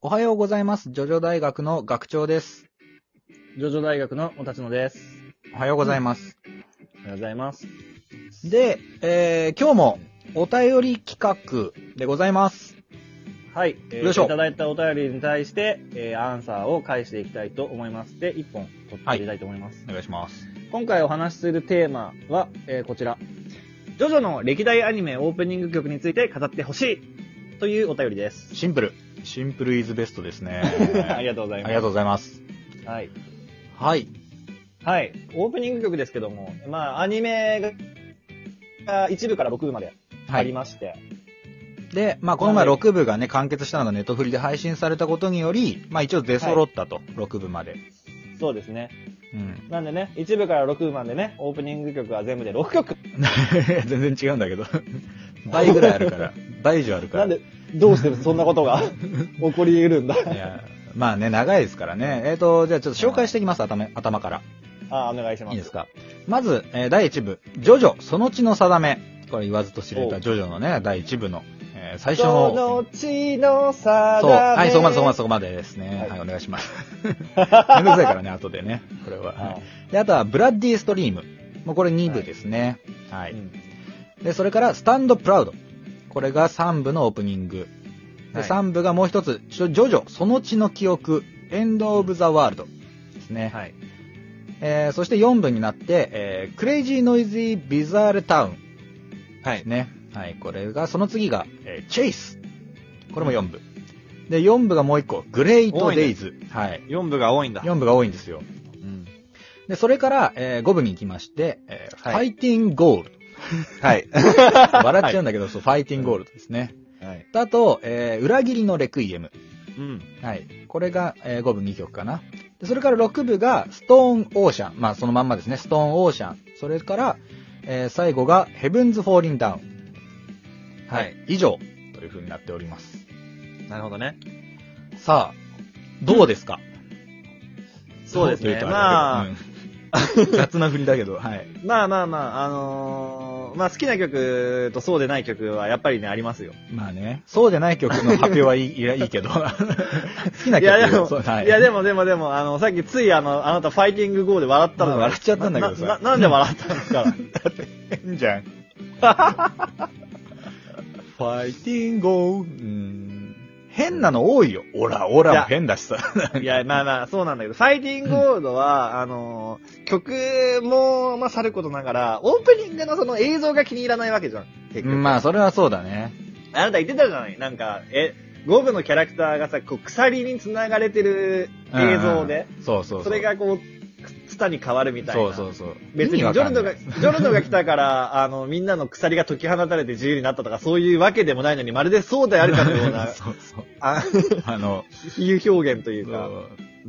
おはようございます。ジョジョ大学の学長です。ジョジョ大学のおたちのです。おはようございます。おはようございます。で、えー、今日もお便り企画でございます。はい。えーよいしょいただいたお便りに対して、えーアンサーを返していきたいと思います。で、一本取っていきたいと思います。お願いします。今回お話しするテーマは、えーこちら。ジョジョの歴代アニメオープニング曲について語ってほしいというお便りです。。シンプル。シンプルイズベストですね ありがとうございます。ありがとうございます。はい。はい。はい。オープニング曲ですけども、まあ、アニメが一部から6部まではありい。まして、で、まあ、この前6部がね、完結したのがネットフリで配信されたことにより、まあ、一応出揃ったと、6部まで。そうですね。うん。なんでね、一部から6までね、オープニング曲は全部で6曲。 全然違うんだけど。 倍ぐらいあるから。 倍以上あるから。なんで、どうしてそんなこ とが起こり得るんだ。いや、まあね、長いですからね。えっ、と、じゃあちょっと紹介していきます、頭、頭から。あ、お願いします。いいですか。まず、えー第1部、ジョジョ、その血の定め。これ言わずと知れおたうジョジョのね、第1部の、えー最初その。の血の差そう。だ、ね。はい、そこまで、そこまで、そこまでですね。は、はいいお願いし ます。めんどくさいからね、後でね。これは。はいで、あとは、ブラッディストリーム。もうこれ2部ですね。はい。うんで、それから、スタンドプラウド。これが3部のオープニング。で、はい3部がもう一つ、ジョジョ、その血の記憶、エンド・オブ・ザ・ワールドですね。はい。えーそして4部になって、えークレイジー・ノイズ・ビザール・タウン。はい。ね。はい。これが、その次が、えーチェイス。これも4部。で、4部がもう1個、グレイト・デイズ。はい。 4部が多いんだ4部が多いんですよ。で、それから、え5部に行きまして、えーはいファイティング・ゴールド。はい。 笑っちゃうんだけど、そう、ファイティング・ゴールドですね。はい。あと、えー裏切りのレクイエム。うん。はい。これが、え5部2曲かな。でそれから6部が、ストーンオーシャン。まあ、そのまんまですね。ストーンオーシャン。それから、えー最後が、ヘブンズ・フォーリン・ダウン。ははいい。以上、という風になっております。なるほどね。さあ、どうですか、そうですどね。というかまああ、れだけどうん雑な振りだけど、はい。まあまあまあ、あのーまあ好きな曲とそうでない曲はやっぱりね、ありますよ。まあね。そうじゃない曲の発表はいいいやいい けど。好きな曲いやでもそうはいいやでもでもでも、あの、さっきついあの、あなたファイティング GO で笑ったのまがあ笑っちゃったんだけどさなななんで笑ったんですか変じゃん。 ファイティングゴー。うん変なの多いよ。オラオラも変だしさ。いや、まあまあ、そうなんだけど、ファイティングゴールドは、あの、曲も、まあ、さることながら、オープニングのその映像が気に入らないわけじゃん。結局。まあ、それはそうだね。あなた言ってたじゃないなんか、え、ゴブのキャラクターがさ、こう、鎖に繋がれてる映像で、うん。そうそうう。それがこう、くツタに変わるみたいな。そうそうそう。別に意ジ味わかョんルないノが、ジョルノが来たから、 あの、みんなの鎖が解き放たれて自由になったとか、そういうわけでもないのに、まるでそうであるかのよう な、そうそう。ああの、比喩表現というか。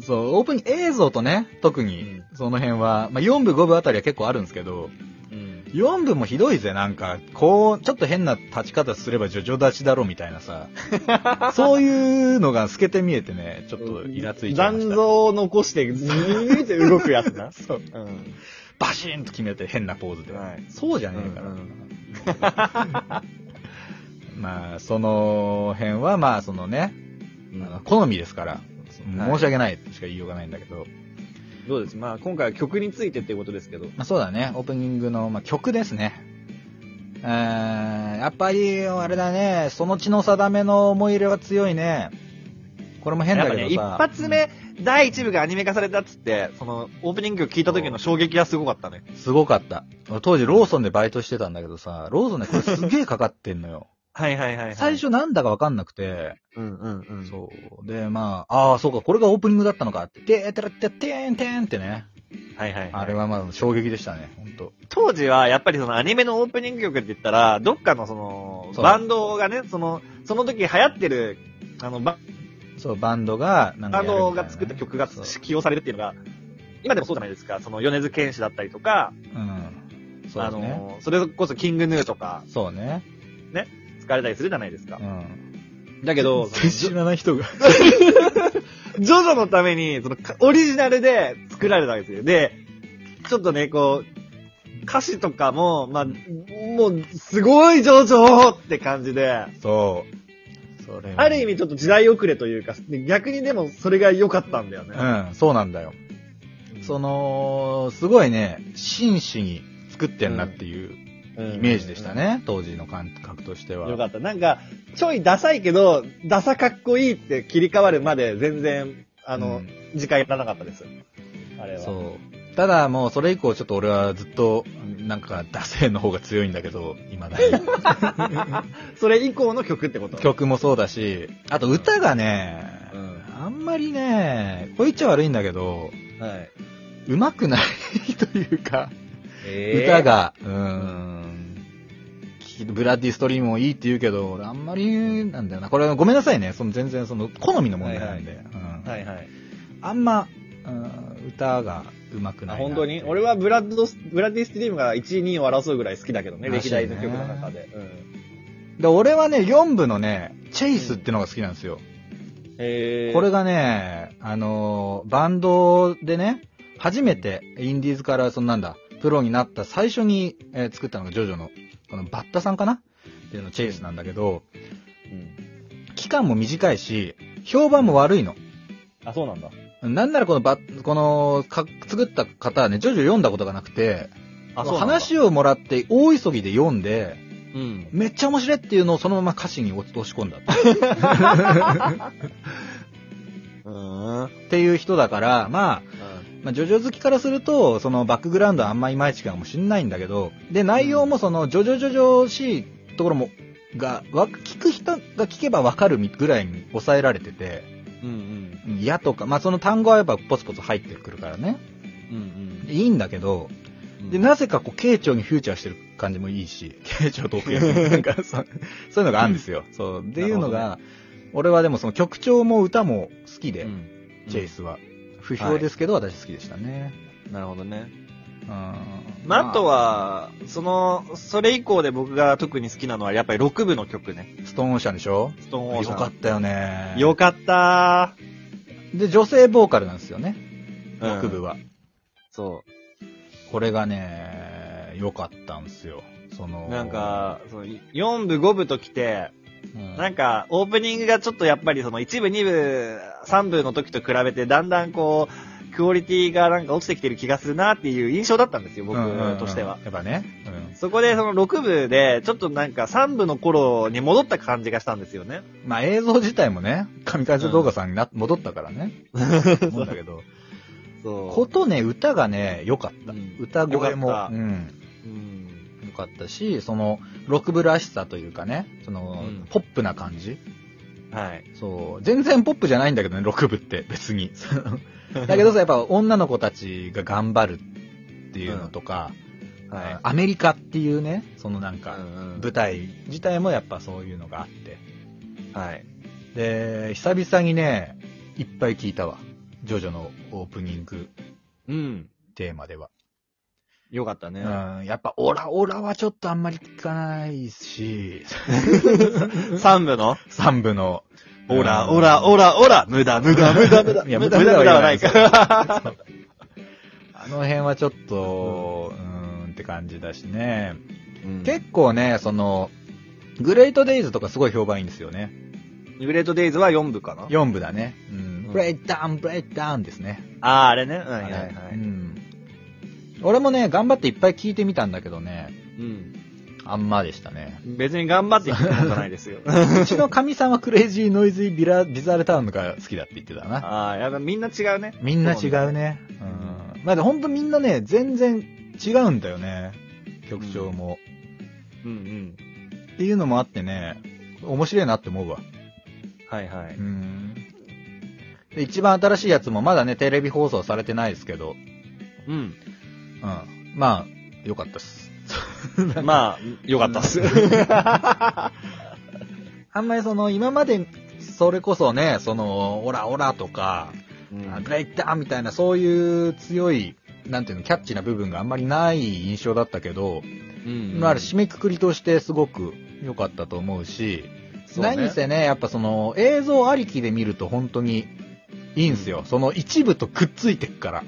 そうそう、オープニング映像とね、特に、その辺は、まあ、4部5部あたりは結構あるんですけど、うん4部もひどいぜ、なんか、こう、ちょっと変な立ち方すればジョジョ立ちだろみたいなさ、 そういうのが透けて見えてね、ちょっとイラついちゃいました。。残像を残して、ずーって動くやつ なそう。うん。バシーンと決めて変なポーズで。はいそうじゃねえから。うんう まあ、その辺は、まあ、そのね、あの好みですから、はい申し訳ないとしか言いようがないんだけど、どうですまあ、今回は曲についてっていうことですけど。まあ、そうだね、オープニングの、まあ、曲ですね。えーやっぱり、あれだね、その血の定めの思い入れは強いね。これも変やだっけぱどさ。ね、一発目、第一部がアニメ化されたっつって、その、オープニング曲聞いた時の衝撃がすごかったね。すごかった。俺当時ローソンでバイトしてたんだけどさ、ローソンでこれすげえかかってんのよ。 はいはいはい、はい。最。初なんだかわかんなくて、うんうんうん。そう。で、まあ、ああ、そうか、これがオープニングだったのかって、てーてらって、てーんてーんってね。はいはい、はい。あれはまあ衝撃でしたね、ほんと。当時はやっぱりそのアニメのオープニング曲って言ったら、どっかのその、そうバンドがね、その、その時流行ってる、あの、バそう、バンドが、なんバかやンるみたいなね、ドが作った曲がそう起用されるっていうのが、今でもそうじゃないですか。その、米津玄師だったりとか、うん。そうあですね。の、それこそキングヌーとかそうね。使われたりするじゃないですかう。ん。だ けど、そのジョ知らない人が。ジョジョのために、その、かオリジナルで作られたわけですよ。で、ちょっとね、こう、歌詞とかも、まあ、もう、すごいジョジョって感じで、そう。それはある意味ちょっと時代遅れというか、逆にでもそれが良かったんだよね。うん、そうなんだよ。その、すごいね、真摯に作ってんなっていううんイメージでした。ね、当時の感覚としては。よかった。なんか、ちょいダサいけど、ダサかっこいいって切り替わるまで全然、あうのん、時間いらなかったです。あれは。そう。ただもうそれ以降ちょっと俺はずっと、なんか、ダセーの方が強いんだけど、今だ に。それ以降の曲ってこと曲もそうだし、あと歌がね、うんあんまりね、こう言っちゃ悪いんだけど、はい。上手くない というか、えー歌。が、うーん、きブラッディストリームもいいって言うけど、俺あんまりなんだよな。これはごめんなさいね、その全然その好みの問題なんで。うんはいはい。あんま、うん歌が上手くあないな。本当に俺はブラッド、ブラッディストリームが1位、2位を争うぐらい好きだけどね、らし歴いね代の曲の中で。うんで、俺はね、4部のね、チェイスってのが好きなんですよ。えーこれがね、あのーバンドでね、初めてインディーズからそんなんだ、プロになった最初に、えー作ったのがジョジョの、このバッタさんかなっていうのチェイスなんだけど、うん期間も短いし、評判も悪いの。あ、そうなんだ。なんならこのバッ、この、か、作った方はね、ジョジョ読んだことがなくて、あ、そうなんだ。話をもらって大急ぎで読んで、うん。めっちゃ面白いっていうのをそのまま歌詞に落とし込んだって。うん。っていう人だから、まあ、まあ、ジョジョ好きからすると、そのバックグラウンドはあんまいまいちかもしんないんだけど、で、内容もその、ジョジョジョジョしいところも、が、わ聞く人が聞けばわかるぐらいに抑えられてて、うんうん。うん嫌とか、まあその単語はやっぱポツポツ入ってくるからね。うんいいんだけど、うんで、なぜかこう、慶長にフューチャーしてる感じもいいし、 慶長と奥行 きなんかそう、そういうのがあるんですよ。そう。っていうのなが、俺はでもその曲調も歌も好きで、うんチェイスは。不評ですけど、私好きでしたね。なるほどね。うん。ままあ、あと、は、その、それ以降で僕が特に好きなのは、やっぱり6部の曲ね。ストーンオーシャンでしょストーンオよーシャン。かったよね。よかったで、女性ボーカルなんですよね。ー。うん6部。は。そこれがね、よかったんですよ。その、う。なんか、その4部、5部と来て、うん、なんか、オープニングがちょっとやっぱりその1部、2部、3部の時と比べて、だんだんこう、クオリティがなんか落ちてきてる気がするなっていう印象だったんですよ、僕うんうんうんとしては。やっぱね。うんそこでその6部で、ちょっとなんか3部の頃に戻った感じがしたんですよね。まあ映像自体もね、神風動画さんにな、戻ったからね。思うんだけど。そう。ことね、歌がね、良かった。うん歌声も、良かったうん。うん良かったし、その、ロックブらしさというかね、その、うんポップな感じ。はい。そう。全然ポップじゃないんだけどね、ロック部って、別に。 そのだけどさ、やっぱ女の子たちが頑張るっていうのとか、はい。アメリカっていうね、そのなんか、うん舞台自体もやっぱそういうのがあって。はい。で、久々にね、いっぱい聞いたわ。ジョジョのオープニングうん。テーマでは。よかったね。うん、やっぱオラオラはちょっとあんまり聞かないし、 3部の3部の。オラ、オラ、オラ、オラ、無駄、無駄、無駄、無駄、いや無駄、無無駄無駄駄、無駄はなはないいかか。あの辺はちょっと、うーんって感じだしね。結結構ね、その、グレートデイズとかすごい評判いいんですよね。構、グレートデイズは4部かなあ4部だね。うん。うんブレイクダウン、ブレイクダウンですね。あー、あれね。はいはいはあれうい。ん。俺もね、頑張っていっぱい聞いてみたんだけどね、うん。あんまでしたね。別に頑張っていくもんじゃないですよ。うちの神さんはクレイジーノイズイビラ、ビザールタウンのが好きだって言ってたな。 ああ、やっぱみんな違うね。みんな違うね。うん。まあ、でほんとみんなね、全然違うんだよね。曲調も。うんうん。っていうのもあってね、面白いなって思うわ。はいはい。うん。で一番新しいやつもまだね、テレビ放送されてないですけど、うん。うん。まあ、よかったっす。 まあ、よかったっす。あんまりその、今まで、それこそね、その、オラオラとか、うんブレイクダウンみたいな、そういう強い、なんていうの、キャッチな部分があんまりない印象だったけど、うんまあ、締めくくりとしてすごく良かったと思うし、そうね何せね、やっぱその、映像ありきで見ると本当に、いいんすよ。その一部とくっついてっから。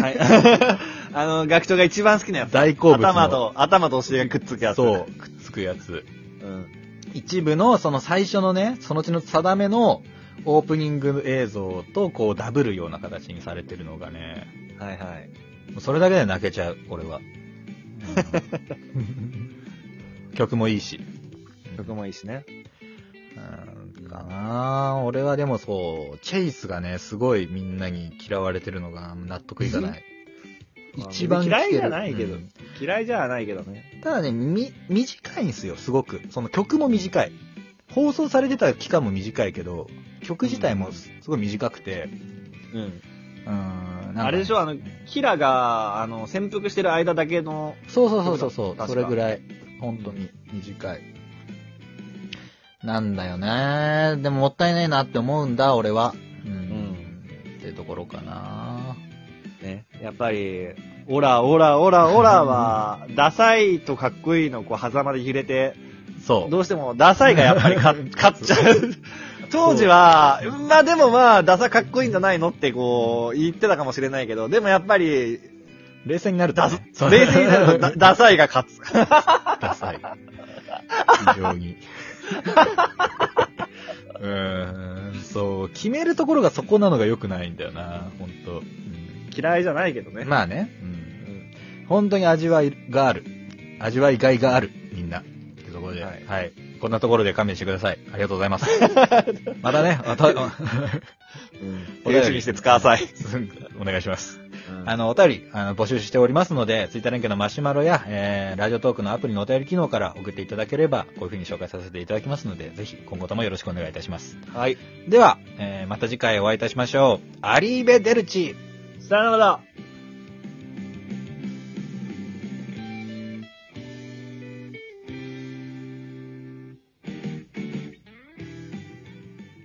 はい。 あの、学長が一番好きなやつ。大好物の。頭と、頭とお尻がくっつくやつ。そう、くっつくやつ。うん。一部のその最初のね、そのうちの定めのオープニング映像とこうダブるような形にされてるのがね、はいはい。もうそれだけで泣けちゃう、俺は。曲もいいし。曲もいいしね。うんかな俺はでもそう、チェイスがね、すごいみんなに嫌われてるのが納得いかない。一番嫌いじ聴ゃるないけど、うん嫌いじゃないけどね。ただね、み、短いんですよ、すごく。その曲も短い。放送されてた期間も短いけど、曲自体もすすごい短くて、うん。うん、なんかあれでしょあの、キラが、あの、潜伏してる間だけの、そうそうそうそうそ確う、かそれぐらい。本当に短い。なんだよね。でももったいないなって思うんだ、俺は。うん。ってところかな。ね、やっぱり、オラオラオラオラは、ダサいとかっこいいの、こう、狭間で揺れて、そう。どうしてもダサいがやっぱり 勝勝っちゃう。当時は、まあでもまあ、ダサかっこいいんじゃないのってこう、言ってたかもしれないけど、でもやっぱり、冷静になるとダね、サ、冷静になるとダ ダサいが勝つ。 ダサい。非常に。 うーん、そう。決めるところがそこなのが良くないんだよな、本当、うん嫌いじゃないけどね。まあね、う。うんん本当に味わいがある。味わいがいがある、みんな。ってところで、は、はいいこんなところで勘弁してください。ありがとうございます。 またね、また、 お楽しみにして使わさい。お願いします。うんあの、お便り、あの、募集しておりますので、ツイッター連携のマシュマロや、えー、ラジオトークのアプリのお便り機能から送っていただければ、こういう風に紹介させていただきますので、ぜひ、今後ともよろしくお願いいたします。はい。では、えー、また次回お会いいたしましょう。アリーベデルチさよなら。